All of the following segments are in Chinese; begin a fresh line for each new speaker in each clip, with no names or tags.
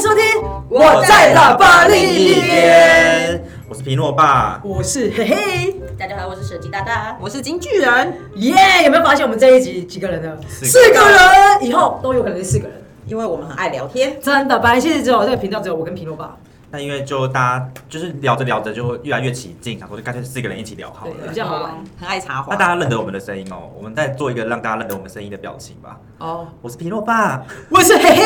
收听《
我在喇叭另一
边》，
边。我是皮诺爸，
我是嘿嘿，
大家好，我是蛇姬大大，
我是京剧人，
耶、有没有发现我们这一集几个人呢？
四个
人，以后都有可能是四个人。
因为我们很爱聊天。
真的，本来其实只有这个频道只有我跟皮诺爸，
那因为就大家就是聊着聊着就越来越起劲，想说就干脆四个人一起聊好
对，比
了。
较好玩
嗯。，很爱插
那
话。
大家认得我们的声音哦，我们再做一个让大家认得我们声音的表情吧。
哦，
我是皮诺爸，
我是嘿嘿，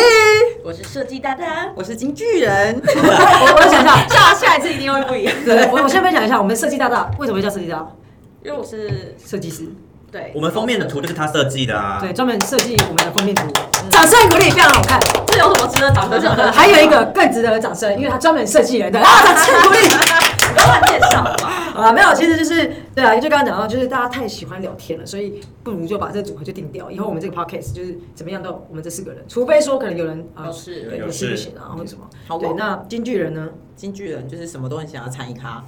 我是设计大大，
我是京剧人，
我我想一下，
下下一次一定会不一样。
对，我我先分享一下，我们设计大大为什么叫设计大大？
因为我是
设计师，
对
我们封面的图就是他设计的啊。
对，，专门设计我们的封面图，掌声鼓励，非常好看。
这有什么值得讨论 的？
还有一个更值得掌声，因为他专门设计人的啊，掌声鼓励。
不要乱介绍 吧。
啊，没有，其实就是对啊，就刚刚讲到，就是大家太喜欢聊天了，所以不如就把这个组合就定掉。以后我们这个 podcast 就是怎么样都有我们这四个人，除非说可能有人啊、
有事
对
哦有
有事
事
不行啊，或者什么。
好
对，
哇
那京剧人呢？
京剧人就是什么都很想要参与他，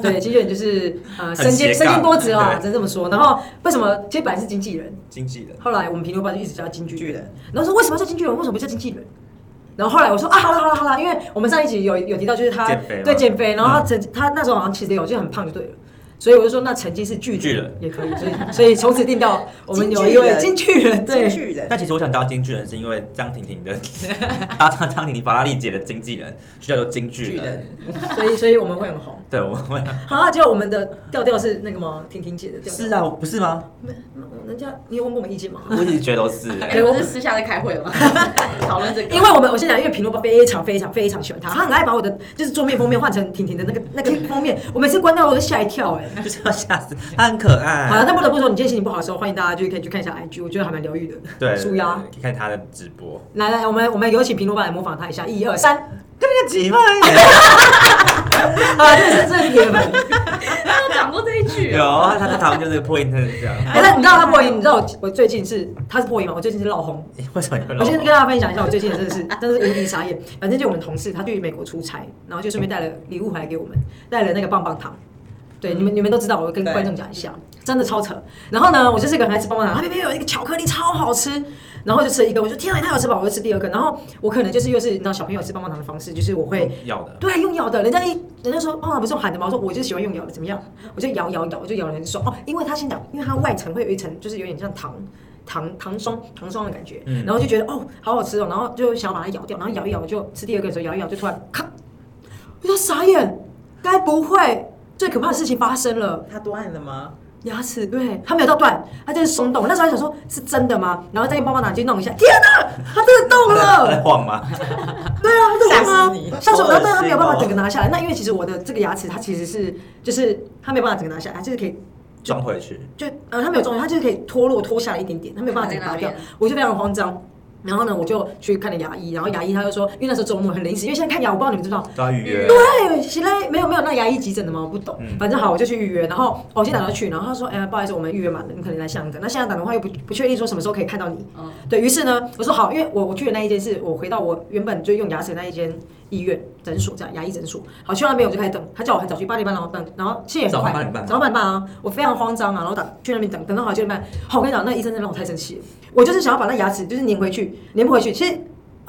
对，京剧人就是呃
很
身兼
斜
身兼
杠
多职啦，
对
只能这么说。然后为什么其实本来是经纪人，
经纪人。
后来我们评论班就一直叫他京剧
巨
人，
人
然后说为什么要叫京剧人，为什么不叫经纪人？然后后来我说啊，好了好了好了，因为我们上一集有有提到就是他
减肥嘛
对减肥，然后他曾、他那时候好像其实有就很胖就对了。所以我就说，那曾经是巨
巨
人
人
也可以，所以所以从此定到我们有
京
一
剧人
位京剧人，
京
对，
剧人
但其实我想当经纪人是因为张婷婷的， 搭张张婷婷法拉利姐的经纪人就叫做经纪
巨
人。
人
所以所以我们会很红。
对，我们
好啊，结果我们的调调是那个吗？婷婷姐的调调
是，啊，不是吗？
没没人家你有问过我们意见吗？
我一直觉得都是。
哎，我们是私下在开会 吗？讨论这个，
因为我们我先讲，因为皮诺爸非常非常非常喜欢他，他很爱把我的就是桌面封面换成婷婷的那个那个封面，我每次关掉我都吓一跳哎、
就是要吓死，他很可爱。
好了，那不得不说，你今天心情不好的时候，欢迎大家就是可以去看一下 IG，我觉得还蛮疗愈的。
对，
舒压。
可以看他的直播。
来来，我们我们有请评论版来模仿他一下，一二三，
跟那个几万
啊，这是这是铁粉。
他有哎讲过这一句
有
哦，
啊，他他好像就是 point 是这样。
哎，那你知道他破音？你知道我我最近是他是破音吗？我最近是闹红。
为什么你会
我先跟
漏？
大家分享一下，我最近真的是真的是无敌傻眼。反正就我们同事他去美国出差，然后就顺便带了礼物回来给我们，带了那个棒棒糖。对，你们你们都知道，我跟
对
观众讲一下，真的超扯。然后呢，我就是一个很爱吃棒棒糖，它里面有一个巧克力超好吃，然后就吃了一个，我就天啊，太好吃吧，我就吃第二个。然后我可能就是又是你知道小朋友吃棒棒糖的方式，就是我会
要的。
对，用咬的，人家一人家说棒棒糖不是用喊的吗？我说我就喜欢用咬的，怎么样？我就咬咬咬，我就咬得很爽哦，因为它先咬，因为它外层会有一层，就是有点像糖。糖糖霜糖霜的感觉，
嗯
然后就觉得哦，好好吃哦，然后就想要把它咬掉，然后咬一咬，就吃第二个的时候咬一咬，就突然咔，我就傻眼，该不会最可怕的事情发生了？
他断了吗？
牙齿对，它没有到断，它就是松动。我那时候还想说是真的吗？然后再用棒棒糖去弄一下，天哪，它真的动
他
了
在！晃吗？
对啊，对
吓死
啊
你，
像手，然后但他没有办法
好恶心哦
整个拿下来。那因为其实我的这个牙齿，它其实是就是它没有办法整个拿下来，它就是可以
装回去。
就呃它没有重量，它就是可以脱落脱下来一点点，它没有办法整个拔掉
卡在那边。
我就非常慌张。然后呢，我就去看了牙医，然后牙医他就说，因为那时候周末很临时，因为现在看牙，我不知道你们知不知道，
都要预约。
对，现在没有没有那牙医急诊的吗？我不懂。
嗯
反正好，我就去预约，然后我先打到去，然后他说，哎、不好意思，我们预约满了，你可能来下一个。那下一档的话又不不确定说什么时候可以看到你。
嗯
对于是呢，我说好，因为我我去的那一间是我回到我原本就用牙齿的那一间医院诊所，这样牙医诊所。好，去到那边我就开始等，他叫我很早去八点半，然后等，然后现在也很快，
早上八点半吗
早上八点半啊，我非常慌张啊，然后打去那边等，等到好九点半，好，我跟你讲，那医生真的让我太生气了，我就是想要把那牙齿就是粘回去，粘不回去，其实。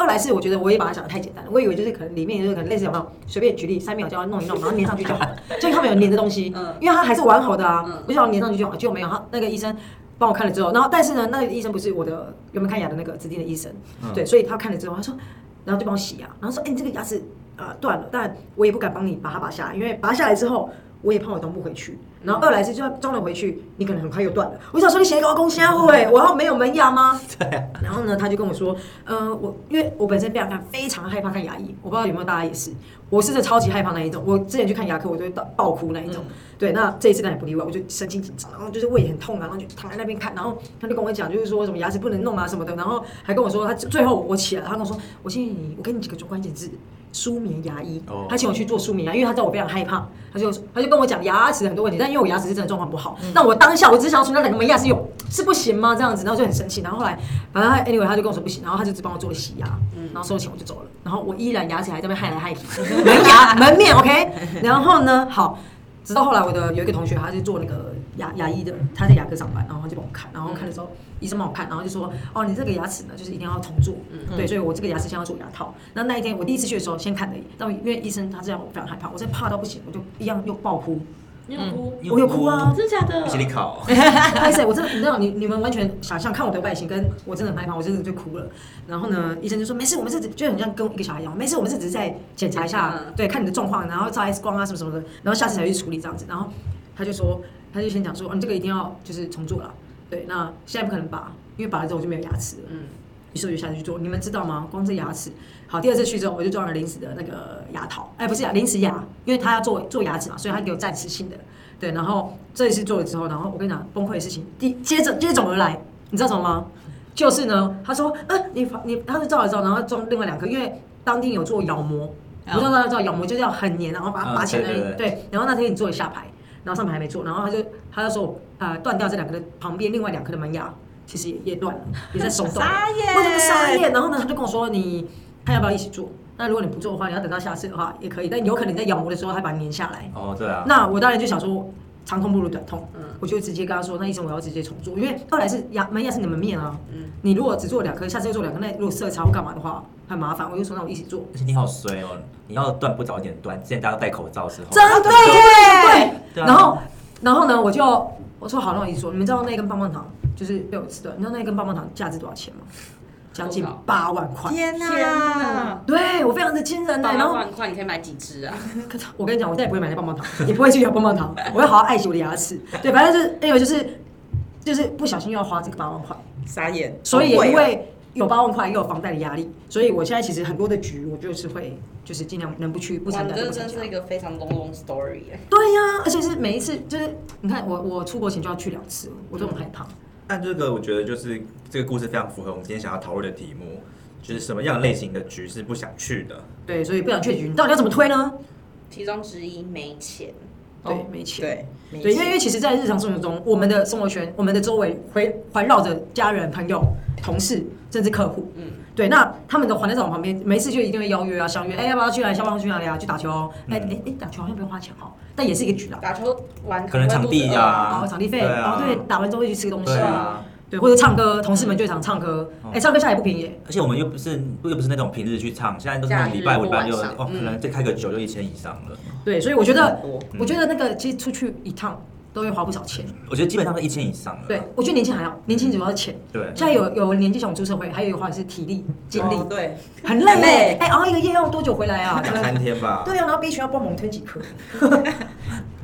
二来是我觉得我也把它想的太简单了，我以为就是可能里面就是可能类似有没有随便举例三秒就要弄一弄，然后粘上去就好 了。就他们有粘的东西，
嗯
因为它还是完好的啊，
嗯
我就想粘上去就好，结果没有。他那个医生帮我看了之后，然后但是呢，那个医生不是我的原本看牙的那个指定的医生，
嗯
对，所以他看了之后，他说，然后就帮我洗牙，然后说，哎、你这个牙齿啊断了，但我也不敢帮你把它拔下来，因为拔下来之后。我也怕我装不回去，然后二来是就算装了回去，你可能很快又断了。我想说你写高公虾会，我要没有门牙吗？然后呢，他就跟我说，呃，我因为我本身非常非常害怕看牙医，我不知道有没有大家也是，我是真的超级害怕那一种。我之前去看牙科，我就会爆爆哭那一种。对，那这一次当然不例外，我就神经紧张，然后就是胃也很痛啊，然后就躺在那边看，然后他就跟我讲，就是说什么牙齿不能弄啊什么的，然后还跟我说，他最后我起来，他跟我说，我建议你，我给你几个关键字。舒眠牙医
哦，
他请我去做舒眠牙，因为他知道我非常害怕，他就他就跟我讲牙齿很多问题，但因为我牙齿是真的状况不好，那我当下我只想说那两个门牙是有是不行吗？这样子，然后就很生气，然后后来反正他 anyway 他就跟我说不行，然后他就只帮我做了洗牙，然后收了钱我就走了，然后我依然牙齿还在那边害来害去，门牙门面 OK，然后呢好，直到后来我的有一个同学他是做那个牙牙医的，他在牙科上班，然后他就帮我看，然后看的时
嗯
候，医生帮我看，然后就说，哦，你这个牙齿呢，就是一定要重做，
嗯
对，所以我这个牙齿先要做牙套。那那一天我第一次去的时候，先看了，但因为医生他这样，我非常害怕，我真的怕到不行，我就一样又爆哭，
你有哭？
你
我有哭啊，
真的假的？
一起立考，
拍谁？我真的，你知道，你你们完全想象看我的外形，跟我真的很害怕，我真的就哭了。然后呢，医生就说没事，我们这只就很像跟一个小孩一样，没事，我们这只是在检查一下，
嗯
对，看你的状况，然后照 X 光啊什么什么的，然后下次才去处理这样子。然后他就说，他就先讲说，哦，你这个一定要就是重做了，对，那现在不可能拔，因为拔了之后我就没有牙齿了。
嗯，
于是我就下次去做，你们知道吗？光这牙齿，好，第二次去之后我就装了临时的那个牙套，哎、不是牙，临时牙，因为他要做做牙齿嘛，所以他给我暂时性的。对，然后这一次做了之后，然后我跟你讲崩溃的事情，第接着接踵而来，你知道什么吗？就是呢，他说，呃、你你，他就照了照，然后装另外两颗，因为当地有做咬膜，我不知道大家知道咬膜就是要很黏，然后把它
嗯
拔起来那里、
对对
对，然后那天你做了下排，然后上排还没做，然后他就他就说我，呃，断掉这两颗的旁边另外两颗的门牙，其实也也断了，也在手 动。
傻眼
为什么傻眼？然后呢，他就跟我说你看要不要一起做。那如果你不做的话，你要等到下次的话也可以，但有可能你在咬膜的时候还把它粘下来。
哦，对啊，
那我当然就想说，长痛不如短痛，
嗯
我就直接跟他说，那医生我要直接重做，因为二来是牙门牙是你们面啊，
嗯
你如果只做两颗，下次又做两颗，那如果色差或干嘛的话很麻烦，我就说
嗯
那我一起做。
而且你好衰哦，你要断不早点断，之前大家都戴口罩的时候，
真的对
对啊
然后然后呢，我就我说好，那我一起做。你们知道那根棒棒糖就是被我吃断，你知道那根棒棒糖价值多少钱吗？将近
多少
八万块。
天哪、
天哪
对我非常的惊人呢、
八
然后
万块你可以买几只啊？
我跟你讲，我再也不会买那棒棒糖，也不会去咬棒棒糖，我要好好爱惜我的牙齿。对，反正就是因为就是就是不小心又要花这个八万块，
傻眼，
所以
好
也因
贵哦
为有八万块，又有房贷的压力，所以我现在其实很多的局，我就是会就是尽量能不去不
哇，
参
你
加
这
就不
个真
参
的
加
是一。个非常 long long story 哎。
对呀、而且是每一次就是你看我我出国前就要去两次，我都很害怕。
但这个我觉得就是这个故事非常符合我们今天想要讨论的题目，就是什么样类型的局是不想去的。
对，所以不想去的局，你到底要怎么推呢？
其中之一没钱，哦
对，没钱。
对，没
对，因为因
钱
为其实，在日常生活中，我们的生活圈、我们的周围回环绕着家人、朋友、同事，甚至客户。
嗯，
对，那他们的环在在我旁边，没事就一定会邀约啊、相约，哎、要不要去哪里？下班后去哪里啊？去打球哦。哎哎
嗯
哎，打球好像不用花钱哦，但也是一个局啦。
打球玩
可能场地
呀、
啊
然后场地费，
对啊
然后对，打完之后会去吃个东西
对，啊，哦
对，或者唱歌，同事们就常唱歌，哎、唱歌下来不便宜耶，
而且我们又不是又不是那种平日去唱，现在都是那种礼拜五、礼拜六，
假日或晚上
哦，可能再开个酒就一千以上了。
对，所以我觉得
很多，
嗯
我觉得那个其实出去一趟都会花不少钱，
我觉得基本上都一千以上了。
对我觉得年轻还好，年轻主要是钱，
对，
现在有有年纪想出社会，还有一环是体力、精力，
哦对，
很累
很累
耶，哎、熬一个夜要多久回来 啊？
两三天吧。
对啊，然后 B 群要帮忙推几颗。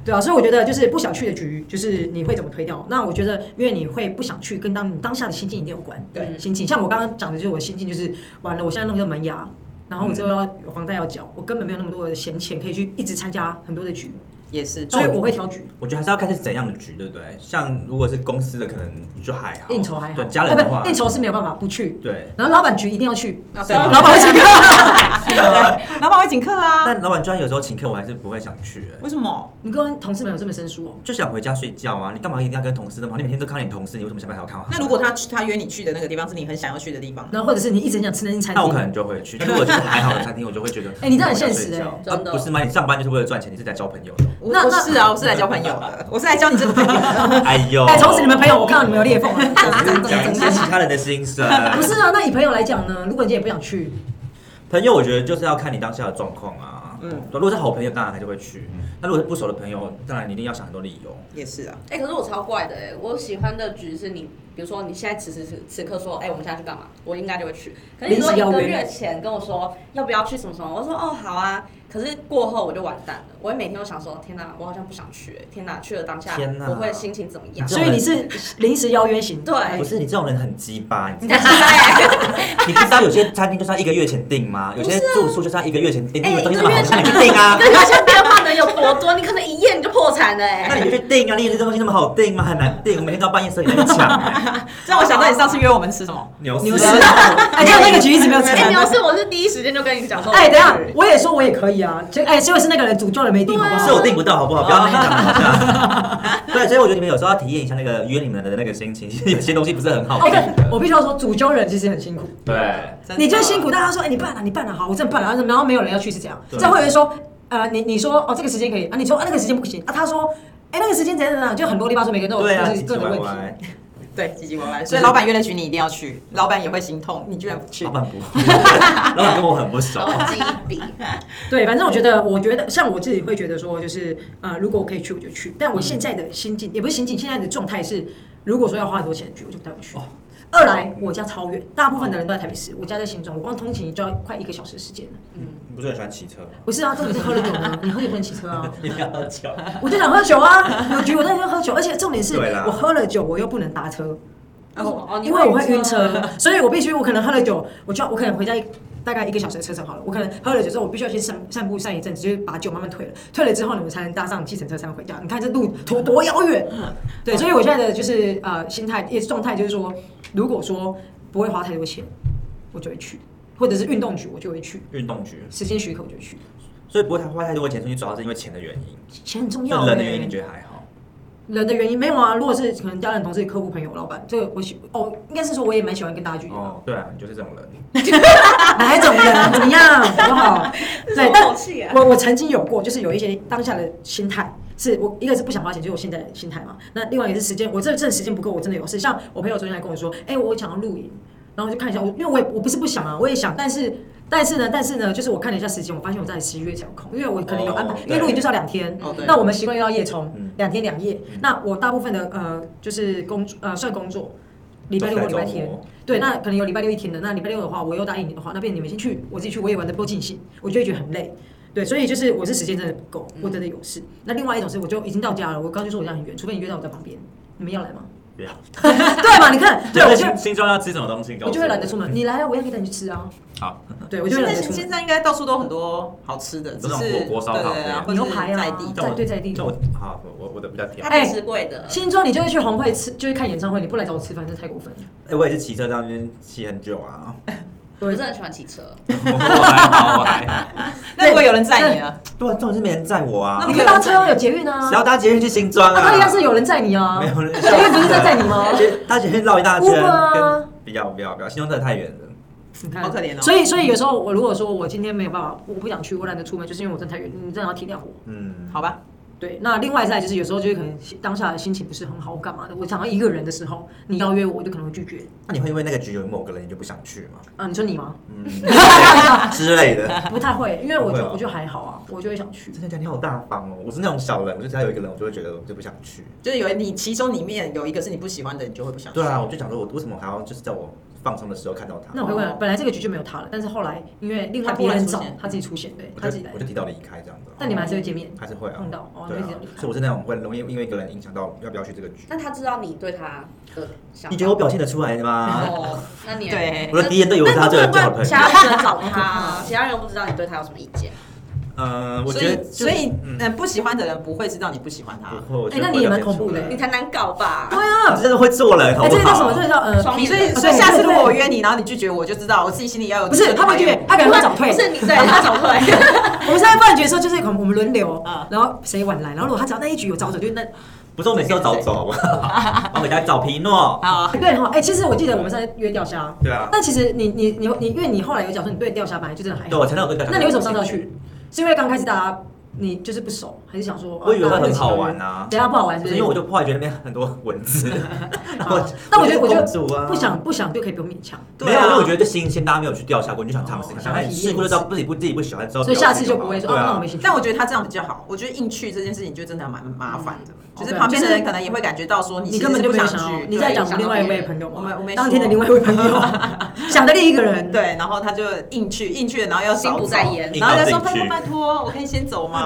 对啊，所以我觉得就是不想去的局，就是你会怎么推掉？那我觉得，因为你会不想去，跟当你当下的心境一定有关。
对
心境，像我刚刚讲的，就是我心境就是完了，我现在弄个门牙，然后我之后
嗯
要有房贷要缴，我根本没有那么多的闲钱可以去一直参加很多的局，
也
哦
是，哦
所以 我会挑局。
我觉得还是要看是怎样的局，对不对？像如果是公司的，可能就还好。
应酬还好，
对家人的
啊
话
不，应酬是没有办法不去。
对。
然后老板局一定要去，
啊
对啊
老板会请客。
对，老板会请客啊？
但老板居然有时候请客，我还是不会想去、欸
为什么？
你跟同事们有这么生疏哦？
就想回家睡觉啊！你干嘛一定要跟同事那么好？你每天都看到你同事，你为什么想办法要看啊好？
那如果他去他约你去的那个地方是你很想要去的地方，
然后或者是你一直很想吃那间餐厅，
那我可能就会 去，但如果就是还好的餐厅，我就会觉得，
哎你这很现实
哎、
哎
真的
啊不是吗？你上班就是为了赚钱，你是在交朋友的。
我
那
我
那
是啊，我是来交朋友的， 我是来交你这个朋 友的。
哎呦，
哎，从此你们朋友，我看到你 们有裂缝了，真的真的
讲
真的
一些
真
其
的。
他人的心声。
不是啊，那以朋友来讲呢，如果你今天也不想去，
朋友，我觉得就是要看你当下的状况啊。
嗯
嗯，如果是好朋友，当然还是会去；那如果是不熟的朋友，当然你一定要想很多理由。
也是啊，
哎、可是我超怪的哎、我喜欢的局是你，比如说你现在此时此此刻说，哎、我们现在去干嘛？我应该就会去。可是你说
临
一
时邀约
个月前跟我说要不要去什么什么，我说哦好啊，可是过后我就完蛋了。我会每天都想说，天哪、我好像不想去、哎天哪、去了当下
天哪
我会心情怎么样？
所以你是临时邀约 型。
对，
不是你这种人很鸡巴，哎你知道
但是哎
吗 你不知道有些餐厅就是要一个月前订吗？有些住宿就是要一啊个月前订，
哎
因为东西
一
那
个
么
月
好吃，那
前
你去订啊
一。个月前电话能有多多？你可能一夜你就破产了哎、
那你就去订啊！你以为这东西那么好订吗？很难订，我每天到半夜十二点在那边抢、 哎
让我想到你上次约我们吃什么，
牛
牛
舌
舌
啊，
哎，结果那个局一直没有成
哎、
功。
你要是我是第一时间就跟你讲 说，
哎，等一下，我也说我也可以啊，结哎，结果是那个人主动了没定，好不
是我
好？
订不到，好不好？不要那边讲好像。对，所以我觉得你们有时候要体验一下那个约你们的那个心情， 其实有些东西不是很好
哎，
订
对，我
的。
必须要说，主揪人其实很辛苦。
对，啊
真的
你就辛苦，大家说，哎，你办了，你办了，好，我真的办了，然后没有人要去是这样。
对
再会有人说，呃，你你说哦，这个时间可以啊，你说啊那个时间不行啊，他说。哎、那个时间怎样怎样，就很啰里吧嗦，每个人都有
对啊，
自己
唧唧
个人
歪
问题。
歪，
对，唧唧歪歪。所以老板约了局，你一定要去，老板也会心痛，你居然不去
老。板不，老板跟我很不熟
然。后记一笔，
对，反正我觉得，我觉得像我自己会觉得说，就是呃，如果我可以去，我就去。
嗯
但我现在的心境、也不是心境，现在的状态是，如果说要花很多钱去，我就不太会
哦
去。二来，我家超远，大部分的人都在台北市，我家在新庄，我光通勤就要快一个小时时间了。
你不是很喜欢骑车吗？
不是啊，重点是喝了酒呢，你喝酒不能骑车啊。
你不要讲。
我就想喝酒啊，我觉得我在那边喝酒，而且重点是
对啦
我喝了酒，我又不能搭车，
哦
因为我会晕车，所以我必须我可能喝了酒，我就要我可能回家一大概一个小时的车程好了，我可能喝了酒之后，我必须要先散散步散一阵子，就是把酒慢慢退了，退了之后呢，我才能搭上计程车才能回家。你看这路途多遥远，对，所以我现在的就是呃心态也状态就是说，如果说不会花太多钱，我就会去，或者是运动局我就会去，
运动局，
时间许可我就去，
所以不会花太多钱出去，主要是因为钱的原因。
钱很重要、
那
欸。
人的原因你觉得还好？
人的原因没有啊，如果是可能家人、同事、客户、朋友、老板，这个我喜哦，应该是说我也蛮喜欢跟大家聚的，
哦，对啊，你就是这种人。
哪一种 人怎么样，好不好？对，但
口气啊，
我我曾经有过，就是有一些当下的心态，是我一个是不想花钱，就是我现在的心态嘛。那另外一个是时间，我这阵时间不够，我真的有事。像我朋友昨天来跟我说，哎、我想要露营，然后我就看一下，我因为我也我不是不想啊，我也想，但是但是呢，但是呢，就是我看了一下时间，我发现我在十一月才有空，因为我可能有安排，
哦
因为露营就是要两天，
哦对
那我们习惯要夜冲
嗯，
两、天两夜。那我大部分的呃，就是工作呃算工作，礼拜六或礼拜天
都在周末，
对，那可能有礼拜六一天的，那礼拜六的话，我又答应你的话，那变成你们先去，我自己去，我也玩的不够尽兴，我就会觉得很累。对，所以就是我是时间真的不够，
嗯
我真的有事。那另外一种是，我就已经到家了，我刚就说我家很远，除非你约到我在旁边，你们要来吗？
不要，
对嘛？你 看，对，我就
新新装要嗯吃什么东西？告诉
我就会懒得出门，你来了我也可以带你去吃啊。
好，
对，我就会懒
现在
得出
现
门。
在应该到处都很多好吃的，只
那种
是
火锅烧烤
对对对
对
啊，或者
牛
是
排啊
在地的。
在对在地
那我好，我我我的比较挑。
它
哎、
不吃贵的，
新庄你就会去红会吃，就是看演唱会，你不来找我吃饭，这太过分了。
哎我也是骑车在那边骑很久啊。
我真的很喜欢骑车，
我还好，我还好。
那如果有人载你呢？
对，啊重点是没人载我啊
那。你可以搭车，有捷运啊
谁。要搭捷运去新庄
那
啊？
当然是有人载你啊
没。有人，
捷运不是在载你吗？
搭捷运绕一大圈
Uber 啊，
跟不要不要不要，新庄真的太远了。
你看
好可怜哦
所以，所以有时候我如果说我今天没有办法，我不想去，我懒得出门，就是因为我真的太远，你真的要体谅我。
嗯，
好吧，
对，那另外再来就是有时候就是可能当下的心情不是很好，我干嘛的？我想要一个人的时候，你邀约我，我就可能会拒绝。
那你会因为那个局有某个人你就不想去吗？
啊，你说你 吗？
嗯，之类的。
不太会，因为我
不会
就
吧
我就还好啊，我就会想去
真。的讲你好大方哦！我是那种小人，我就只要有一个人，我就会觉得我就不想去。
就是有你其中里面有一个是你不喜欢的，你就会不想去。
对啊，我就想说，我为什么还要就是在我放松的时候看到他？
那我会问，本来这个局就没有他了，但是后来因为另外
哦他突
别
然
人
出
找
现
他自己出现，对
我
他自己
就
来
我，就提早离开这样子。
但你们还是会见面。
还是会啊，
碰到哦
对啊
那就提早离，开
所以我是那种会容易因为一个人影响到要不要去这个局。
但他知道你对他的想法，
你觉得我表现得出来的吗？
哦，那你
对
我的敌人都以为是他最最好的朋友
其他人找他，其他人又不知道你对他有什么意见。
呃，我
所
觉
以
得就是
所以
嗯，
嗯，不喜欢的人不会知道你不喜欢他。
不会我觉
哎
得
那你
会
也蛮
表现
恐怖
出
的
来
你才难搞吧？
对啊
你，真的会做人，好
哎，
不
这个叫什么？
好
这？个叫呃，
双面
所以
人
所以下次如果我
对对对
约你，然后你拒绝我，就知道我自己心里要有
不是他会拒绝，啊他可能会找退。
不是你对他找 退，
我们现在饭局的时候，就是可能我们轮流
嗯，
然后谁晚来，然后如果他只要那一局有早走，就那
不是我每次都早 走，好不好？我回家找皮诺。
啊。
对哈。哎，其实我记得我们上次约钓虾，
对啊，
但其实你你你你，因为你后来有讲说你对钓虾本来就真的还
对
好，
我承认我对。
哎那你为什么上次要？去？是因为刚开始大家你就是不熟，还是想说？
我以为
啊
会很
大家
好玩啊
一起等一下不好玩是
不
不
是
是？
因为我就后来觉得那边很多 蚊子，然后
好但我觉得我觉
是公主啊
得不想不想就可以不用勉强，
没
对
有，
啊
因为我觉得就新鲜，大家没有去钓虾过，你就想尝
哦
试看
想
看。
要
那你
体验
试过
一
就
次
知道自己不自己不喜欢之后，
所以下次就不会说
对
哦，那我
啊
没，兴趣。
但我觉得他这样比较好，我觉得硬去这件事情就真的蛮麻烦的，就是
嗯哦对啊
旁边的人
就是
可能也会感觉到说你
你
其
根
实
本
是
就
不
没有
想
想要
去，
你在
对
讲
想
另外
到
一位
别人
朋友吗，
我们我没
当天的
说
另外一位朋友 想的另一个人，
对，然后他就硬去硬去，然后又
心
少
不
走
在焉
然后再说
硬到
拜
自己
托
去
拜托，我可以先走吗？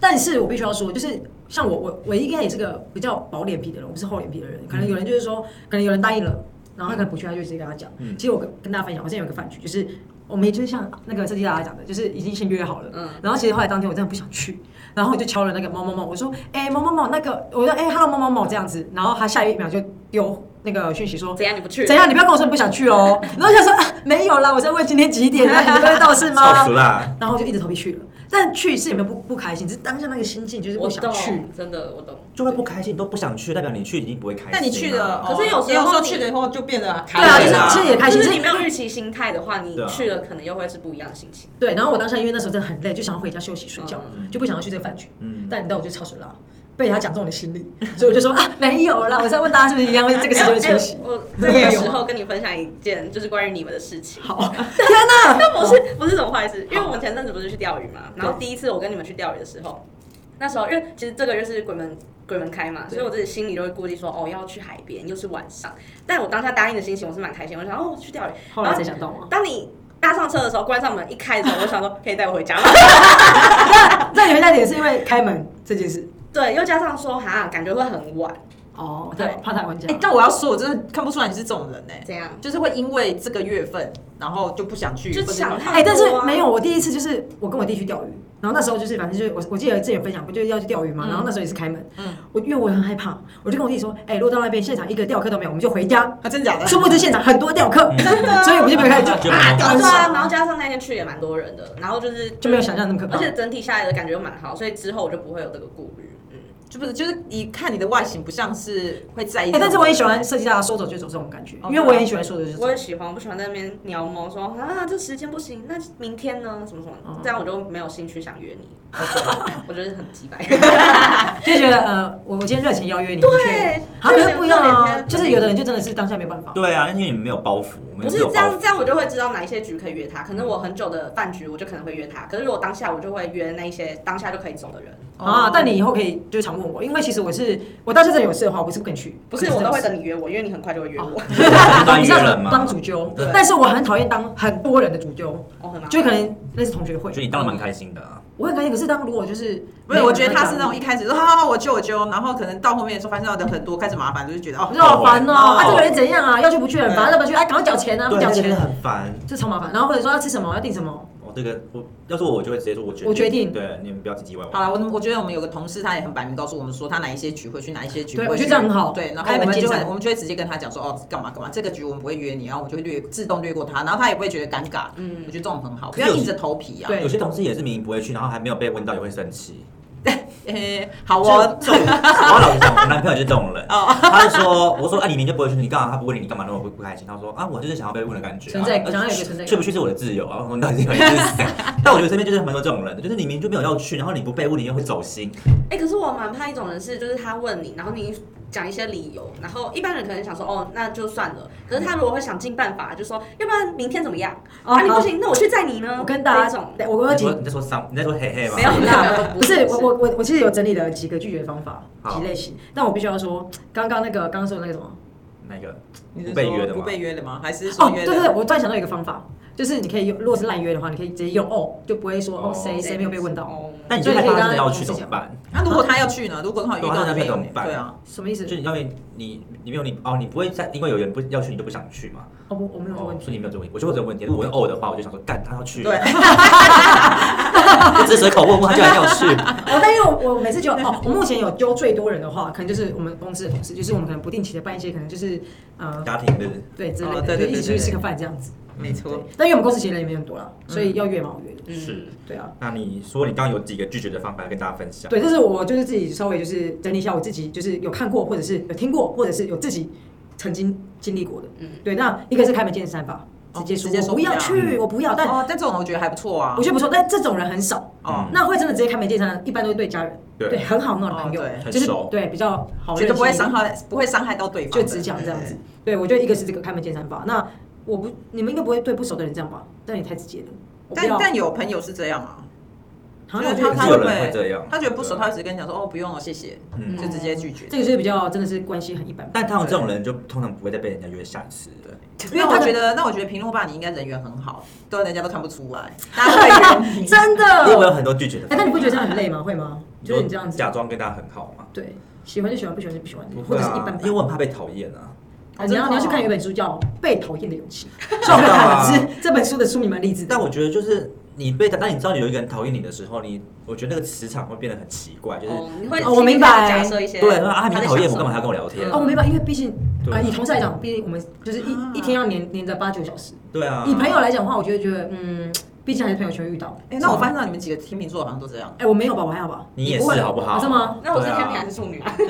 但是我必须要说，就是像我，我我应该也是个比较薄脸皮的人，我不是厚脸皮的人。可能有人就是说，可能有人答应了，然后他可能不去，他就直接跟他讲。
嗯
其实我跟跟大家分享，我之前有一个饭局，就是我们也就是像那个设计大家讲的，就是已经先约好了。
嗯
然后其实后来当天我真的不想去，然后我就敲了那个某某某，我说：“哎、某某某，那个，我说哎、h e l l o 某某某这样子。”然后他下一秒就丢那个讯息说。
怎样你不去？
怎样？你不要跟我说你不想去哦。然后我想说、啊、没有啦，我在问今天几点，那你不会到是 吗？
超熟啦。
然后就一直头皮去了。但去是有没有不不开心，只是当下那个心境就是
我
不想去。
懂，真的我懂。
就会不开心，你都不想去，代表你去已经不会开心啊了。
但你去
啊哦
了，哦
可是有时候
也时候
你
去了以后就变得
对啊，就
开心
是其实也开心，
就是
是
你没有预期心态的话，你
对啊
去了可能又会是不一样的心情。
对。然后我当下因为那时候真的很累，就想要回家休息睡觉，
嗯
就不想要去这个饭局。
嗯
但你知道我就超水了，被他讲中我的心理，所以我就说啊，没有啦，我在问大家是不是一样会这个时间学习
哎。我 这个时候跟你分享一件就是关于你们的事情。
好，天哪，
那不是不是什么坏事，因为我们前阵子不是去钓鱼嘛，然后第一次我跟你们去钓鱼的时候，那时候因为其实这个就是鬼门鬼门开嘛，所以我自己心里就会估计说哦要去海边，又是晚上，但我当下答应的心情我是蛮开心，我想哦去钓鱼。
后来才想到我，
当你搭上车的时候，关上门一开的时候，我想说可以带我回 家吗？
那你们那点是因为开门这件事
对，又加上说哈感觉会 很晚，
哦，对，怕他玩家
哎、，但我要说，我真的看不出来你是这种人哎、
这样
就是会因为这个月份，然后就不想去，
就
或者
想
是
哎、但是没有，我第一次就是我跟我弟去钓鱼，然后那时候就是反正就是我我记得之前有分享过，就是要去钓鱼嘛，然后那时候也是开门，
嗯
嗯，我因为我很害怕，我就跟我弟说，哎、如果到那边现场一个钓客都没有，我们就回家。
啊，真假的？
殊不知现场很多钓客，真的， 所以我们就没有开始就
嗯就
啊，
没
搞
有
得
对啊，
爽
然后加上那天去也蛮多人的，然后就是
就没有想象那么可怕
而且整体下来的感觉又蛮好，所以之后我就不会有这个顾虑。嗯，
就不是，就是你看你的外形不像是会在意
哎、
这种、
但是我也喜欢设计大家说走就走这种感觉，
哦
因为我也很喜欢说走就走
我。也喜欢，我不喜欢在那边鸟毛说啊，这时间不行，那明天呢？什么什么
哦，
这样我就没有兴趣想约你。 我觉得很鸡掰。
啊
就觉得呃，我我今天热情邀约你，
对
好像
就是
不一样
有
啊
点。
就是有的人就真的是当下没办法，
对啊，因为你们没有包袱，我们
不是
只有
这
包
样，
袱
这样我就会知道哪一些局可以约他。可能我很久的饭局，我就可能会约他。可是如果当下我就会约那一些当下就可以走的人，
哦
啊。但你以后可以就常问我，因为其实我是我到现在有事的话，我不是不肯去，
不是我都会等你约我，因为你很快就会约
哦
我。
当
你
一
知
个
道
人嘛
当主揪
对，
但是我很讨厌当很多人的主揪，
我很忙，
就可能那是同学会
所，以你当然蛮开心的啊。
我很开心。可是当如果就是
不是，我觉得他是那种
一
一开始说好好好，我揪我揪，然后可能到后面的时候发现到的很多，开始麻烦，就是觉得哦，
我就好烦哦，
哦
啊这个人怎样啊，要去不去，
对
反正要不去，哎赶快缴钱啊，不
对，
缴
那真的
钱
很烦。
就超麻烦。然后或者说要吃什么，要订什么，
我这个我要是我，我就会直接说我决定。
我决定
对，你们不要唧唧歪
好
歪。
了，我我觉得我们有个同事，他也很摆明告诉我们说，他哪一些局会去，哪一些局不
对
会去
我觉得这样很好
对，然后
开
我
门
们
见
就
山
会我们就会直接跟他讲说，哦，干嘛干嘛，这个局我们不会约你，然后我们就会略哦自动略过他，然后他也不会觉得尴尬。嗯，
嗯
我觉得这种很好，不
可是
要
有
硬着头皮啊。
对
有些同事也是明明不会去，然后还没有被问到也会生气。
诶，好哦，
这种，我老实讲，我男朋友就这种人，
哦
他就说，我说啊，你明天不会去，你干嘛？他不问你，你干嘛那么不不开心？他说啊，我就是想要被问的感觉啊，
存在
呃
想要有一个存在感
去不去是我的自由啊。我说你到底是有自私。但我觉得身边就是蛮多这种人的，就是你明明就没有要去，然后你不被问，你又会走心。
哎、可是我蛮怕一种人是，就是他问你，然后你讲一些理由，然后一般人可能想说，哦，那就算了。可是他如果会想尽办法，就说，要不然明天怎么样？
哦
啊，你
好
不行，那我去载你呢。
我跟大
这
家
种，
对我我有
你
几
说你在说伤，你在说嘿嘿吗？
没有没有没有，
不是我我我我其实有整理了几个拒绝方法，
好
几类型，但我必须要说，刚刚那个刚刚说的那个什么，
那个
你是说
不被约的
不
吗？
被约的吗？还是
哦
说，约
对
的？
对对，我突然想到一个方法，就是你可以用，如果是滥约的话，你可以直接用哦，就不会说哦
哦
谁谁没有被问到，
哦
但你就
所以
害
你可以
怕
跟他
真的要去
同
怎
事
么办？
那如果他要去呢？如果他有遇
对啊
到
那
你没有
怎么
呢，
办
对啊，
什么意思
就？是因为你你没有你哦，你不会在因为有人不要去，你就不想去嘛。
哦不，我没有这个
哦
问，
所以
题，
你没有这个问题，我就有这个问题。如果我问哦的话，我就想说干他要去，
对，
我只是随口问问，他居然要去，
哦，但因为我我每次就哦，我目前有揪最多人的话，可能就是我们公司的同事，就是我们可能不定期的办一些可能就是呃
家庭的。
对之类
哦
的，
对
就
对
一起
对对嗯
去吃个饭这样子，
没
对
错。，哦
但因为我们公司其实人也没很多啦，所以要约嘛我约
嗯
的，
是，
对啊。
那你说你刚刚有几个拒绝的方法跟大家分享？
对，这是我就是自己稍微就是整理一下我自己，就是有看过，或者是有听过，或者是有自己曾经经历过的。
嗯
对，那一个是开门见山吧，
哦
直接
直接
说
说
我不
不
要
要
去，我不要。但
哦，但这种我觉得还不错啊
我。觉得不错，但这种人很少。
哦，
那会真的直接开门见山，一般都是对家人，
对
对，很好那种
哦
朋友就
对，
是
很熟
对比较好，
觉得不会伤，害，不会伤害到对方
就
的，
只讲这样子
对。。
对，我觉得一个是这个开门见山法。那我不，你们应该不会对不熟的人这样吧？但也太直接了。我不
但
要
但有朋友是这样啊，
好
就
像
是
我觉得
他
有
就
人会这样
他觉得不熟，
对
他会直接跟你讲说哦，不用了，谢谢，
嗯
就直接拒绝。
这个就是比较真的是关系很一般。
但他们这种人就通常不会再被人家约下一次的。
因为
那
他
我
的
觉得，那我觉得平路爸你应该人缘很好，对人家都看不出来，大家都会约你。
真的，
因为我有很多拒绝的
哎、
方法。
但你不觉得这样很累吗？会吗？呃就是你这样子，
假装跟大家很好嘛？
对，喜欢就喜欢，不喜欢就不喜欢，
不
或
会
者是一
啊
般，
因为
般。
我很怕被讨厌 啊。
啊你要
哦
你要去看有一本书叫《被讨厌的勇气》，虽然我没有看完，
啊
只是这本书的书名蛮励志的。
但我觉得就是你被，当你知道有一个人讨厌你的时候，你我觉得那个磁场会变得很奇怪，就是
哦，你会
哦我明白
假设一些
对，他说啊，你
在
讨厌我，
想什
干嘛
么
还要跟我聊天？
哦哦，我明白，因为毕竟
对
啊，以
啊
同事来讲，毕竟我们就是一、
啊
一天要连连着八九小时。
对啊，
以朋友来讲的话，我就会觉得，嗯，毕竟还是朋友圈遇到。
哎、那我发现到你们几个天秤座好像都这样。
哎、我没有吧，我还好吧？
你也
不会
是好不好？
啊是 吗？
那我是
对啊
天秤还是处女啊？
你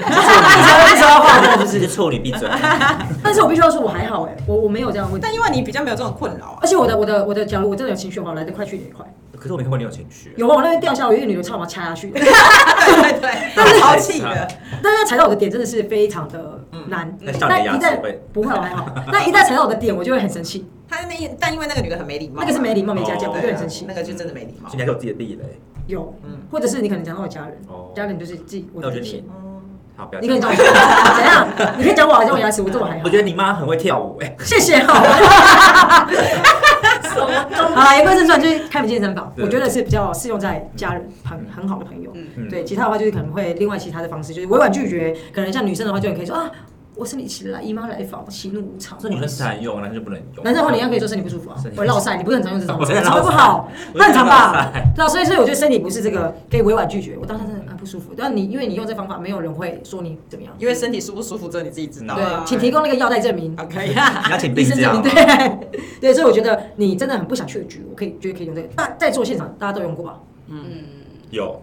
知道话，
那就是一个臭女闭嘴。
但是我必须要说，我还好哎、我我没有这样的问题。
但因为你比较没有这种困扰啊，
而且我的我的我的，假如我真的有情绪的话，我来得快去得也快。
可是我没看过你有情绪，
有啊，我那边掉下来，我有一个女的差点把我掐下 去，
对对对，但是淘气的，
但是踩到我的点真的是非常的难。
那像
但
你
一
的牙齿
旦
会
不会，啊我还好。但一旦踩到我的点，我就会很生 气。
他那一但因为那个女的很没礼貌，
那个是没礼貌、没家教，
哦
我就
对
很
啊
生气
那。个就真的没礼貌
所以你。还是有自己的地雷。
有
嗯，
或者是你可能讲到我家人
哦，
家人就是自己我
那我觉
的
得
亲
你。好，不要
你可以讲我 怎样？你可以讲我好像我牙齿，我这我还好
我。觉得你妈很会跳舞哎、
谢谢哈。好啦，言归正传，就是开门健身房，
对
我觉得是比较适用在家人很很好的朋友。
嗯，
嗯
对，其他的话就是可能会另外其他的方式，就是委婉拒绝。可能像女生的话，就很可以说啊，我生理期来，姨妈来访，喜怒无常。
这女生是常哦用，男生就不能用。
男生的话，你应该可以说身体不舒服啊
身，体
我落晒，你不是很常用这种吗，
我真的
肠胃不好，
我真
很
的
常
落
吧
晒？
对啊，所以所以我觉得身体不是这个可以委婉拒绝，我当时真的很不舒服。但你因为你用这方法，没有人会说你怎
啊
么样。
因为身体舒不舒服，只有你自己知道啊。
对，请提供那个药代证明。
啊，可以 啊。
你要请
医
病
生证
假
明，对对，所以我觉得你真的很不想去的局，我可以觉得可以用这个。大在做现场，大家都用过吧？
有，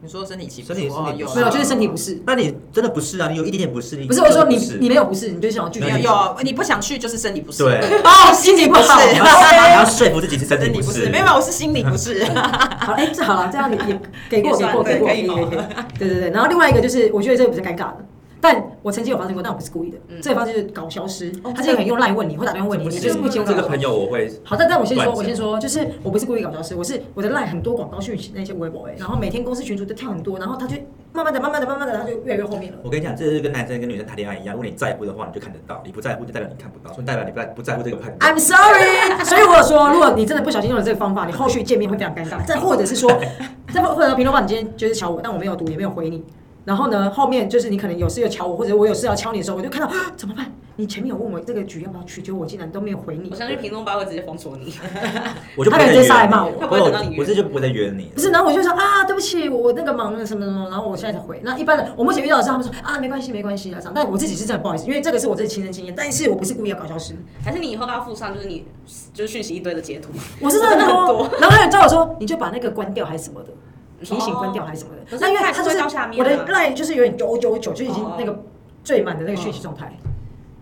你说身体起伏，
身体
哦
身体
有啊
没有，就是身体不适。
但你真的不是啊，你有一点点不适，
不是我说你
真的不是
你没有不适，你就想要拒
没
绝
有。有啊，你不想去就是身体不适。
对，
哦，心情不好。
不
你
是
要你要说服自己是身体
身体
不
不
适
适，没有，没有我是心理不 适。
好，哎，这好了，这样你也给过给
也算
过给过，
对可以
给
哦
给给 对对对。然后另外一个就是，我觉得这个比较尴尬的。但我曾经有发生过，但我不是故意的。这个方式就是搞消失，他就很用赖问你，或打电话问你，
不
你
行
就是不接我
这
电
个
话
朋。友我会，
好，但但我先说，
断
我
线
先说，就是我不是故意搞消失，我是我的赖很多广告讯息那些微博哎，然后每天公司群主都跳很多，然后他就慢慢的、慢慢的、慢慢的，他就越来越后面了。
我跟你讲，这是跟男生跟女生谈恋爱一样，如果你在乎的话，你就看得到；你不在乎，就代表你看不到，所以代表你不在不在乎这个朋友。
I'm sorry，所以我有说，如果你真的不小心用了这个方法，你后续见面会非常尴尬。再或者是说， 再或者评论话，你今天就是瞧我，但我没有读，也没有回你。然后呢，后面就是你可能有事要瞧我，或者我有事要敲你的时候，我就看到 啊怎么办？你前面有问我这个局要不要去，结果我竟然都没有回你
我。相信评论吧会直接封锁你。
我就不
他
会
可能
再
直
约
接
你
上来骂我
了
他不会等到你约
我这就不会再约你了
不。是，然后我就说啊，对不起，我那个忙了什么什么，然后我现在才回。那一般的，我目前遇到的是他们说啊，没关系，没关系啊，这样。但我自己是真的不好意思，因为这个是我自己亲身经验，但是我不是故意要搞消失。
还是你以后要附上就是你就是讯息一堆的截图，
我是真的很多
多。
然后他有叫我说，你就把那个关掉还是什么的，提醒关掉还是什么的
可。是
那因为
它
他
还是
就是
会到下面
我
啊
的 line 就是有点九九九，就已经
哦哦
那个最满的那个讯息状态。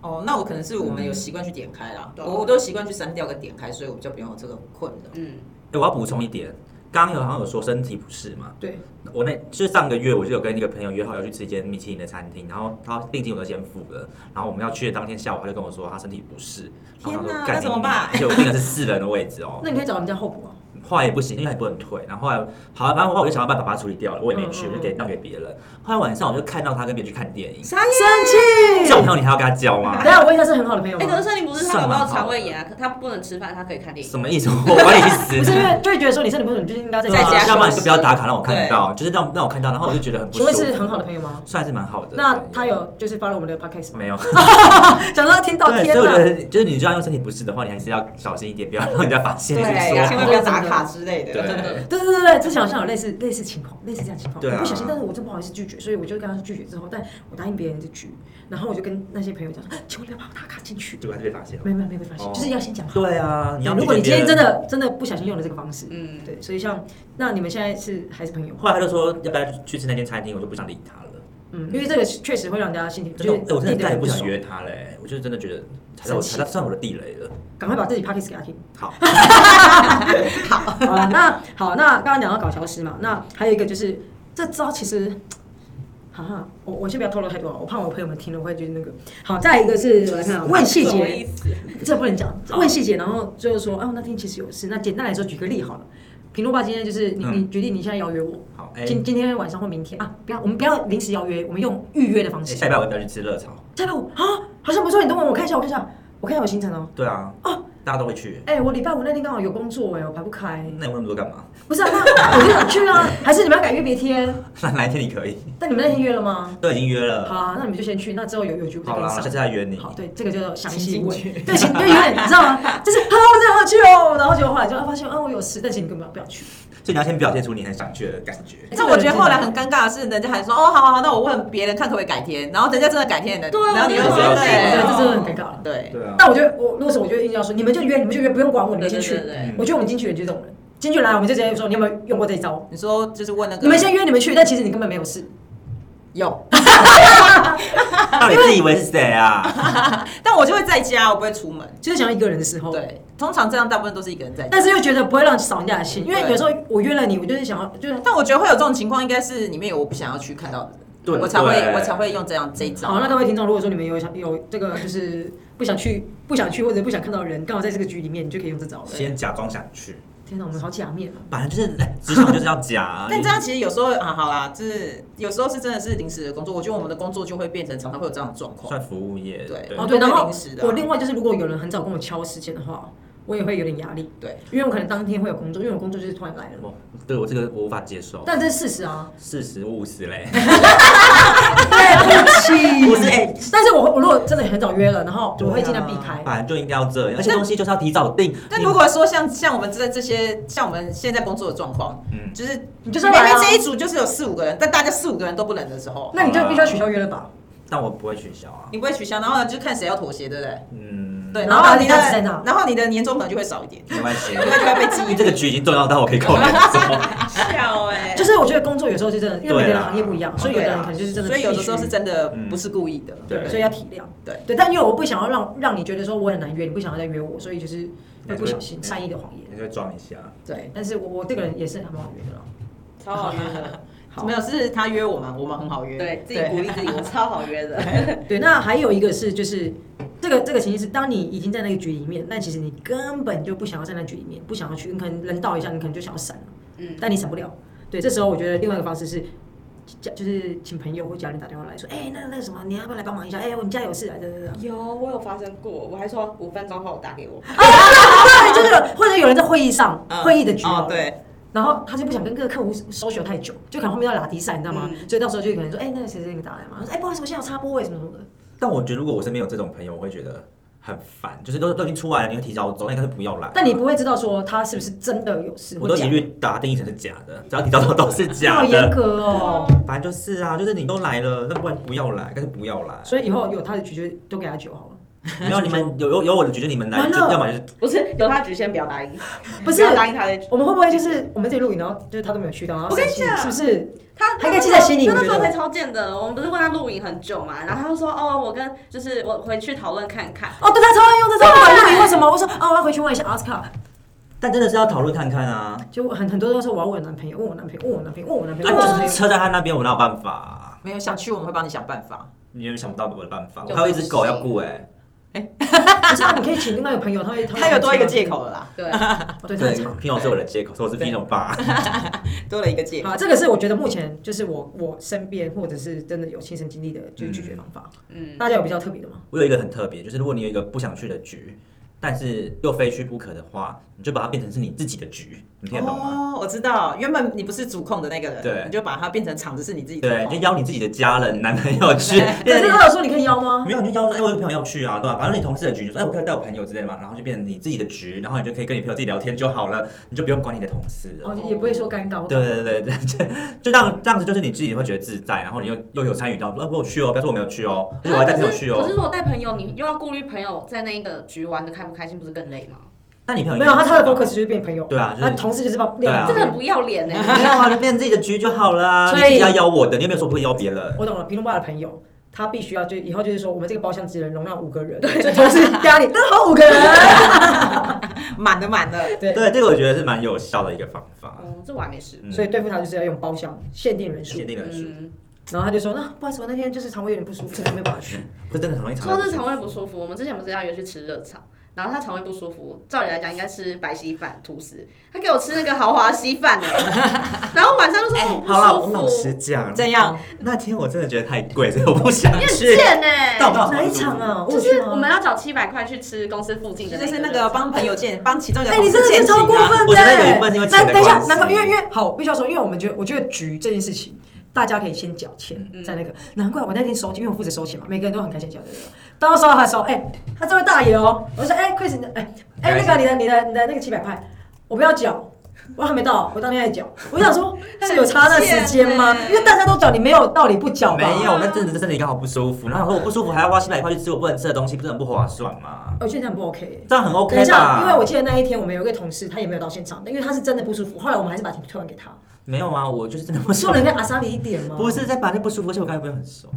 哦，那我可能是我们有习惯去点开啦，
对啊
我我都习惯去删掉跟点开，所以我比较不用有这个困扰。
嗯，
哎，我要补充一点，刚刚有好像有说身体不适嘛，
对，
我那就是上个月我就有跟一个朋友约好要去吃一间米其林的餐厅，然后他定金我都先付了，然后我们要去的当天下午他就跟我说他身体不适，然后
天
我想说
哪
干
那怎么
你
办
妈而且我订的是四人的位置哦，
那你可以找人家候补啊。
后来也不行，因为还不能退。然后后来，好，反正后来我就想办法把它处理掉了，我也没去，
嗯嗯
我就给让给别 人。后来晚上我就看到他跟别人去看电影，
啥呀？
生气。
叫朋友你还要跟他交吗
等？ 一下我问一下，是很好的朋友
哎，可
吗
是？森林不是他有没有肠胃炎啊？可他不能吃饭，他可以看电影。
什么意思？我管你去死！
不是因为就会觉得说你身体不舒服，你就是应该在
对
在
啊
家
要不然
休
你
息
就不要打卡让我看到，就是让让我看到，然后我就觉得很不
请
舒服。
问是很好的，朋友吗？
算是蛮好的。
那他有就是发了我们的 podcast 吗？
没有？
讲到听到
对，
天
所以我觉
哪，
得就是你就算用身体不适的话，你还是要小心一点，不要让人家发现。
对
就是
呀，
说
千万不要打卡之类的。
对。
对对对对，之前好像有类似类似情况，类似这样情况，
对啊
我不小心，但是我真不好意思拒绝，所以我就跟他说拒绝之后，但我答应别人的局，然后我就跟那些朋友讲说，啊千万不要把我打卡进去，
结果还是被发现了。
没有没有没有被发现，
哦
就是要先讲好。
对啊，你要
如果你今天真
的，
的真的不小心用了这个方式，
嗯，
对，所以像那你们现在是还是朋友吗？
后来他就说要不要去吃那间餐厅，我就不想理他了。
嗯，因为这个确实会让大家心情
真的，
就是
哎、我真的再也不想
爽
约他嘞、欸我就真的觉得踩到
生
我
气
踩到算我的地雷了。
赶快把自己 p a c k a g e 给他听。
好，
好了，那好，那刚刚讲到搞消失嘛，那还有一个就是这招其实，哈哈，我我先不要透露太多啊了，我怕我朋友们听了会觉得那个。好，再一个是我来看啊问细
什么
节
意，思？
这不能讲，问细节，然后最后说，哦、那天其实有事。那简单来说，举个例好了。平路爸今天就是你，你决定你现在邀约我，
好，嗯哎、
今今天晚上或明天啊，不要，我们不要临时邀约，我们用预约的方
哎
式。
下礼拜我要不要去吃热炒？
下礼拜五啊，好像不错，你等我，我看一下，我看一下，我看一下我行程哦。
对啊，
哦，
大家都会去。
哎、我礼拜五那天刚好有工作哎、我排不开。
那你问那么多干嘛？
不是啊，那我就想去啊，还是你们要改约别天？
那哪一天你可以？
但你们那天约了吗？
都已经约
好
了，
啊，那你们就先去，那之后有有局我再
好
跟
啦，
你
下
上
次。再约你。
好，对，这个叫做详细
请
问
进去，
对，请就有点，你知道吗？就是啊，我想要去哦，然后结果后来就啊发现，啊，我有事，但是你根本不要去。
所以你要先表现出你很想去的感觉。
哎
这我觉得后来很尴尬的是，人家还说哦，好好好，那我问别人看可不可以改天，然后人家真的改天了，
对啊
然后你又
我
说
觉得
对
对，
哦
这真的很尴尬了。
对，
对啊，
但我觉得哦我如果是我就硬要说，你们就约，你们就约，不用管我，你
对
们先
对
去
对。对，
我觉得我们经纪人就是这种人，经纪人来我们就直接说，你有没有用过这一招？
你说就是问那个
你们先约你们去，但其实你根本没有事。
有，
到底自以为是谁啊？
但我就会在家，我不会出门。
就是想要一个人的时候，，
对，通常这样大部分都是一个人在家。
但是又觉得不会让扫人家的兴，因为
对
有时候我约了你，我就是想要，就是
但我觉得会有这种情况，应该是里面有我不想要去看到的人，
对
我才
对
会我才会用这样这一招。
哦好，那各位听众，如果说你们有想有这个就是不想去、不想去或者不想看到的人，刚好在这个局里面，你就可以用这招了。
先假装想去，
天哪，我们好假面哦！
反正就是哎职场就是要假啊。
但这样其实有时候啊，好啦，就是有时候是真的是临时的工作，我觉得我们的工作就会变成常常会有这样的状况。
算服务业，
对
哦，
我
对，
都
然
会
后
临时的啊
我另外就是，如果有人很早跟我敲时间的话，我也会有点压力。
对，哦
因为我可能当天会有工作，因为我工作就是突然来了。
我哦对我这个我无法接受。
但这是事实 啊，
四十五十嘞，
对
不是哎，
但是我我如果真的很早约了，然后我会尽量避
啊
开。
啊反正就应该要这样，而且东西就是要提早定。
但
你
如果说像像我们这这些像我们现在工作的状况，
嗯
就是
你就是要
明
来
明
啊
这一组就是有四五个人，但大家四五个人都不能的时候，
那你就必须要取消约了吧？
但我不会取消啊，
你不会取消，然后呢就看谁要妥协，对不对？
嗯，
对，
然后
然后你的
大家只在那
然后你的年终可能就会少一点，
没关 系，
因为就会被记
因
忆
为这个局已经重要到我可以扣年 终。
笑哎、
就是我觉得工作有时候就真的，因为每个
对
人
啦
行业不一样，所以有的人可能就是真的，
所以有的时候是。真的
嗯
不是故意的，
对
所以要体谅。
对
对，但因为我不想要让让你觉得说我很难约，你不想要再约我，所以就是会不小心
嗯
善意的谎言。
你就装一下，
对，
但是我我这个人也是很不好约的啦。
超好约 的，
好
没有是他约我们，我们很好约，
对自己鼓励自己，我超好约的。
对，那还有一个是就是这个这个情形是，当你已经在那个局里面，但其实你根本就不想要在那局里面，不想要去，你可能人到一下，你可能就想要闪了，
嗯，
但你闪不了。对，这时候我觉得另外一个方式是。家就是请朋友或家人打电话来说，哎、那那个什么，你要不要来帮忙一下？哎、我们家有事啊，对对
哦
对。
有我有发生过，我还说五分钟后打给我。
对，啊就是有或者有人在会议上，
嗯
会议的局
哦
哦，
对，
然后他就不想跟各个客户 social 太久，就可能后面要拉低赛，你知道吗？
嗯
所以到时候就可能说，哎、那个谁谁给你打来嘛，他说哎、不好意思，我现在有插播位什么什么的。
但我觉得如果我身边有这种朋友，我会觉得很烦，就是都都已经出来了，你会提早走，那应该是不要来。
但你不会知道说他是不是真的有事，
我都
或假
一律打定义成是假的，只要提早走都是
的
假
好严
的。
格哦。
反正就是啊，就是你都来了，那不然不要 来，但是不要来。
所以以后有他的局就都给他酒好了。
没有你们有有有我的局，就你们来，
完
就
了
要么就是
不是有他局先嗯不要答应，
嗯不是
要答应他的局。
我们会不会就是我们这里录影，然后就是他都没有去到，然后
我跟你
生气
讲
是不是？
他
他应该记在心里
他那时
我
候
觉得
才超贱的，我们不是问他录影很久嘛，然后他就说哦，我跟就是我回去讨论看看。
哦，对他超爱用这招，不管录影为什么，我说哦，我要回去问一下奥斯卡。
但真的是要讨论看看啊。
就很很多都说我要问我男朋友，问我男朋友，问我男朋友，问我男朋
啊，
友，问我男朋
就是
友。
车在他那边，我哪有办法啊、
没有想去我们会帮你想办法，
你有没有想不到我的办法？我
有
还有一只狗要顾哎、
不是啊，你可以请另外一个朋友，他会
他有多一个借
口。
口了啦，
对，
哦，对，他
对
很长，。
平友是我的借口，所以我是平友爸。
多了一个借口。
啊，这个是我觉得目前就是我我身边或者是真的有亲身经历的，就是拒绝方法。
嗯，
大家有比较特别的吗？
我有一个很特别，就是如果你有一个不想去的局，但是又非去不可的话，你就把它变成是你自己的局，你听得懂吗？
哦，我知道，原本你不是主控的那个人，
对
你就把它变成场子是你自己主
对，你
控
就。邀你自己的家人、男朋友去。
可是他有说你可以邀吗？
没有，你就邀说，哎、我有个朋友要去啊，对吧、反正你同事的局，你说，哎、我可以带我朋友之类嘛，然后就变成你自己的局，然后你就可以跟你朋友自己聊天就好了，你就不用管你的同事了。
哦，也不会说尴尬。
对对对对，就就让这样子，就是你自己会觉得自在，然后你又又有参与到，啊，我有去哦，不要说我没有去哦，而且我还带朋友去
可是可是
哦。
如果带朋友，你又要顾虑朋友在那一个局玩的开不开心，不是更累吗？
那你朋友
没有，他他的 focus
可
就是变朋友，
对啊，就
他
是
同事就是帮
对啊
这个很不要脸哎。
没有啊，就变成自己的局就好啦。
所
你
以
自己要邀我的，你有没有说不会邀别人？
我懂了，评论吧的朋友。他必须要就以后就是说，我们这个包厢只能容纳五个人，对，同事家里正好五个人。
满的满的，
对，
对，这个我觉得是蛮有效的一个方法。
哦，这我还没试。
嗯
所以对付他就是要用包厢限定人数
限。定人数，
嗯，
然后他就说，那不好意思，我那天就是肠胃有点不舒服，没有办法去。
这真的很容易常
说到这
常。
肠胃不舒服，我们之前不是要约去吃热炒，然后他肠胃不舒服，照理来讲应该吃白稀饭吐司，他给我吃那个豪华稀饭哎、然后晚上就说
哎
我不
好了，我
舒
老实
服，
讲，
怎样？
那天我真的觉得太贵，所以我不想
你很
去。
贱哎、
到
哪一场？啊？
嗯
我
就
有
是
去
我
吗
们要找七百块去吃公司附近的，
就是那个帮朋友见，帮其中一个
哎、
同
你
事
真的
见
是
情
超过
啊。
分
我
的、
觉得
欸！
有一部分因为钱的
那等一下
关，系
难怪，因为因为好，我必须要说，因为我们觉得，我觉得局这件事情，大家可以先缴钱，
嗯
在那个，难怪我那天收钱，因为我负责收钱嘛，每个人都很开心缴的。当我收到他的时候，哎、他这位大爷哦、我就说，哎、c h r i s 你的，哎、哎、那个你的你的你的那个七百块，我不要缴。我还没到，我当天还缴。我想 说，是有差那时间吗
很贱？欸
因为大家都缴，你没有道理不缴吧？
没有，那真的是身体刚好不舒服，然后我说我不舒服还要花七百块去吃我不能吃的东西，不是很不划算吗？
我觉得这样不 OK 欸、
这样很
等一
OK 吧
下，？因为我记得那一天我们有一个同事，他也没有到现场，因为他是真的不舒服。后来我们还是把钱退还给他。
没有啊，我就是真的不
我
舒
说了
服，
跟阿莎比一点吗？
不，是在把那不舒服，而且我刚才不是很熟。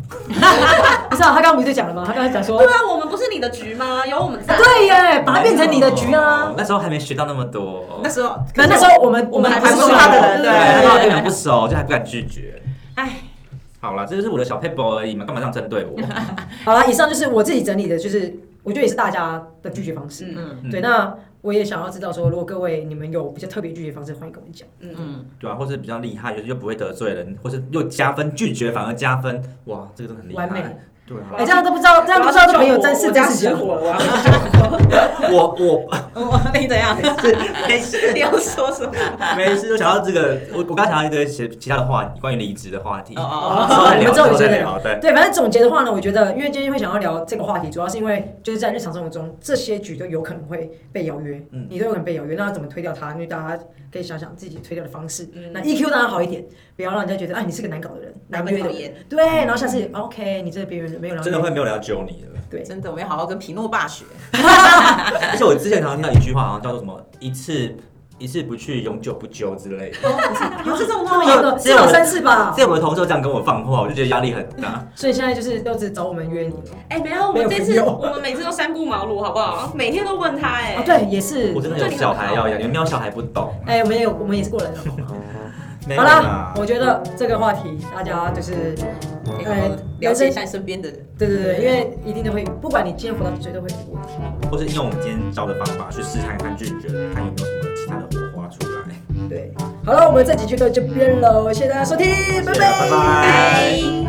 不是啊，他刚刚不是就讲了吗？他刚才讲说
对，啊啊，我们不是你的局吗？有我们在。
对
哎
耶，把它变成你的局啊
哦。那时候还没学到那么多，
那时候，
可能那时候我们
我们还
不是
不是
熟
他的人
对，
对
然后根本不
对
熟，就还不敢拒绝。
哎，
好了，这就是我的小 paper 而已嘛，干嘛这样针 对我？
好了，以上就是我自己整理的，就是我觉得也是大家的拒绝方式。
嗯
嗯
对，那我也想要知道说，如果各位你们有比较特别拒绝方式，欢迎跟我们讲。
嗯，
对啊，或是比较厉害，就是又不会得罪人，或是又加分，拒绝反而加分，哇，这个真的很厉害。
完美
对啊，
哎，这样都不知道，这样都不知道朋友在是
我
真
家
是假
失
的。
火了，我要
我 我
嗯我你怎 样？
是没事
你要说什么？
没事，就想到这个，我我刚想到一堆其其他的话题，关于离职的话题。
哦
哦
哦
之后
我们之
再聊
后有
之后
机
再
会
聊对
对，反正总结的话呢，我觉得因为今天会想要聊这个话题，主要是因为就是在日常生活中，这些局都有可能会被邀约，
嗯
你都有可能被邀约，那要怎么推掉它？因为大家可以想想自己推掉的方式。
嗯
那 EQ 当然好一点，不要让人家觉得啊你是个难搞的人，难约的
讨
人
厌。
对，然后下次、OK，你这个别人没有聊
真的会没有人要揪你的。
对
哦，。真的，我们要好好跟匹诺爸学。
而且我之前常常听到一句话，好像叫做什么“一次一次不去，永久不揪”之类的。
啊
有这种
话
有的，
只
至
有
少
我
三次吧。
这我的同事都这样跟我放话，我就觉得压力很大。
所以现在就是都只找我们约你了。
哎、没有，我
没有
们这次
朋友
我们每次都三顾茅庐，好不好？每天都问他、哎、
啊，对，也是
我。真的有小孩要养，你们没有小孩不懂。
哎、我们也有我们也是过来人好吗？
没有
好啦
啦，，
我觉得这个话题大家就是
可以好
哎
好了解一下身边的人。
对对对，因为一定都会，不管你今天活到几岁都会有问题。
或是用我们今天教的方法去试探看拒绝，看有没有什么其他的火花出来。
对，好了，我们这集就到这边喽，谢谢大家收听，拜
谢谢啊拜拜
拜
拜